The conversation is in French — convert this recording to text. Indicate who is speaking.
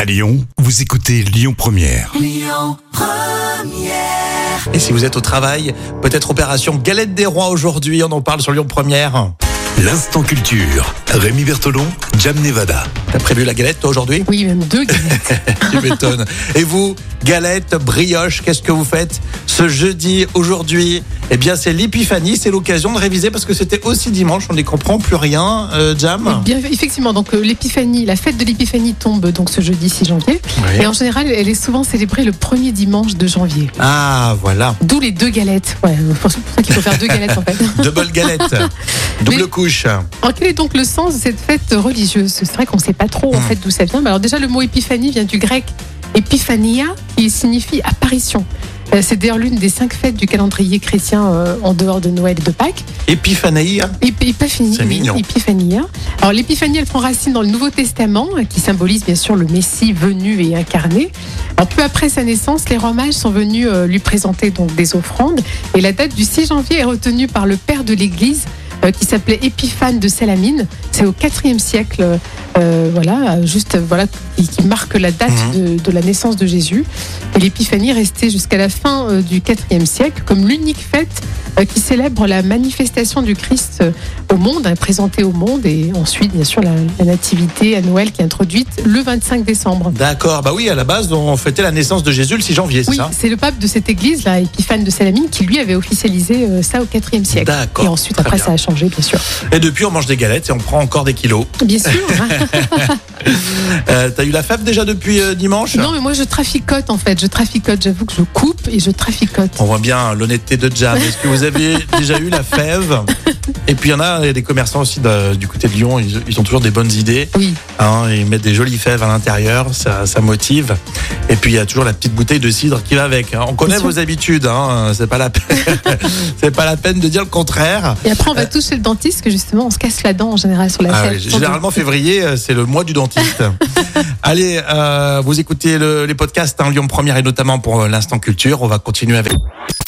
Speaker 1: À Lyon, vous écoutez Lyon Première.
Speaker 2: Et si vous êtes au travail, peut-être opération Galette des Rois aujourd'hui, on en parle sur Lyon Première.
Speaker 1: L'instant culture. Rémi Bertolon, Jam Nevada.
Speaker 2: T'as prévu la galette toi aujourd'hui
Speaker 3: Oui, même deux galettes.
Speaker 2: Tu m'étonnes. Et vous, galette, brioche, qu'est-ce que vous faites ce jeudi, aujourd'hui Eh bien c'est l'épiphanie, c'est l'occasion de réviser parce que c'était aussi dimanche, on n'y comprend plus rien, euh, Jam.
Speaker 3: Bien, effectivement, donc euh, l'épiphanie, la fête de l'épiphanie tombe donc ce jeudi 6 janvier. Et en général, elle est souvent célébrée le premier dimanche de janvier.
Speaker 2: Ah voilà,
Speaker 3: D'où les deux galettes. Ouais, c'est pour ça qu'il faut faire deux galettes en fait.
Speaker 2: double galette, double
Speaker 3: Mais-
Speaker 2: couche.
Speaker 3: Alors quel est donc le sens de cette fête religieuse C'est vrai qu'on ne sait pas trop en
Speaker 2: Hmm.
Speaker 3: fait d'où ça vient. Mais alors déjà, le mot épiphanie vient du grec epiphania, qui signifie apparition. Euh, C'est d'ailleurs l'une des cinq fêtes du calendrier chrétien euh, en dehors de Noël et de Pâques.
Speaker 2: Épiphanie, hein
Speaker 3: Ép- Épiphanie,
Speaker 2: C'est
Speaker 3: oui,
Speaker 2: mignon.
Speaker 3: Épiphanie. hein. Alors l'épiphanie, elle prend racine dans le Nouveau Testament, euh, qui symbolise bien sûr le Messie venu et incarné. Alors peu après sa naissance, les rois mages sont venus euh, lui présenter donc des offrandes, et la date du 6 janvier est retenue par le père de l'Église, euh, qui s'appelait Épiphane de Salamine. C'est au 4e siècle, euh, euh, voilà, euh, juste euh, voilà, qui, qui marque la date
Speaker 2: Mhm.
Speaker 3: de, de la naissance de Jésus. Et l'épiphanie restait jusqu'à la fin euh, du 4e siècle comme l'unique fête euh, qui célèbre la manifestation du Christ euh, au monde, hein, présentée au monde, et ensuite, bien sûr, la, la nativité à Noël qui est introduite le 25 décembre.
Speaker 2: D'accord, bah oui, à la base on fêtait la naissance de Jésus le 6 janvier, c'est
Speaker 3: Oui,
Speaker 2: ça
Speaker 3: c'est le pape de cette église, là, Épiphane de Salamine, qui lui avait officialisé euh, ça au 4e siècle.
Speaker 2: D'accord,
Speaker 3: Et ensuite,
Speaker 2: très
Speaker 3: après,
Speaker 2: bien.
Speaker 3: ça a changé, bien sûr.
Speaker 2: Et depuis on mange des galettes et on prend encore des kilos.
Speaker 3: Bien sûr. hein.
Speaker 2: Euh, T'as eu la fève déjà depuis euh, dimanche
Speaker 3: non, mais moi, je traficote, en fait. Je traficote. J'avoue que je coupe et je traficote.
Speaker 2: On voit bien l'honnêteté de Jam. Est-ce que vous avez déjà eu la fève Et puis il y en a, il y a des commerçants aussi de- du côté de Lyon, ils, ils ont toujours des bonnes idées.
Speaker 3: Oui.
Speaker 2: hein, ils mettent des jolies fèves à l'intérieur, ça, ça motive. Et puis il y a toujours la petite bouteille de cidre qui va avec. hein. On connaît
Speaker 3: Bien sûr.
Speaker 2: vos habitudes, hein, c'est pas la peine, c'est pas la peine de dire le contraire.
Speaker 3: Et après, on va tous chez le dentiste, que justement, on se casse la dent en général sur la
Speaker 2: Euh, Ah
Speaker 3: fête.
Speaker 2: oui, généralement février, euh, c'est le mois du dentiste. Allez, euh, vous écoutez le- les podcasts hein, Lyon Première et notamment pour euh, l'instant culture. On va continuer avec.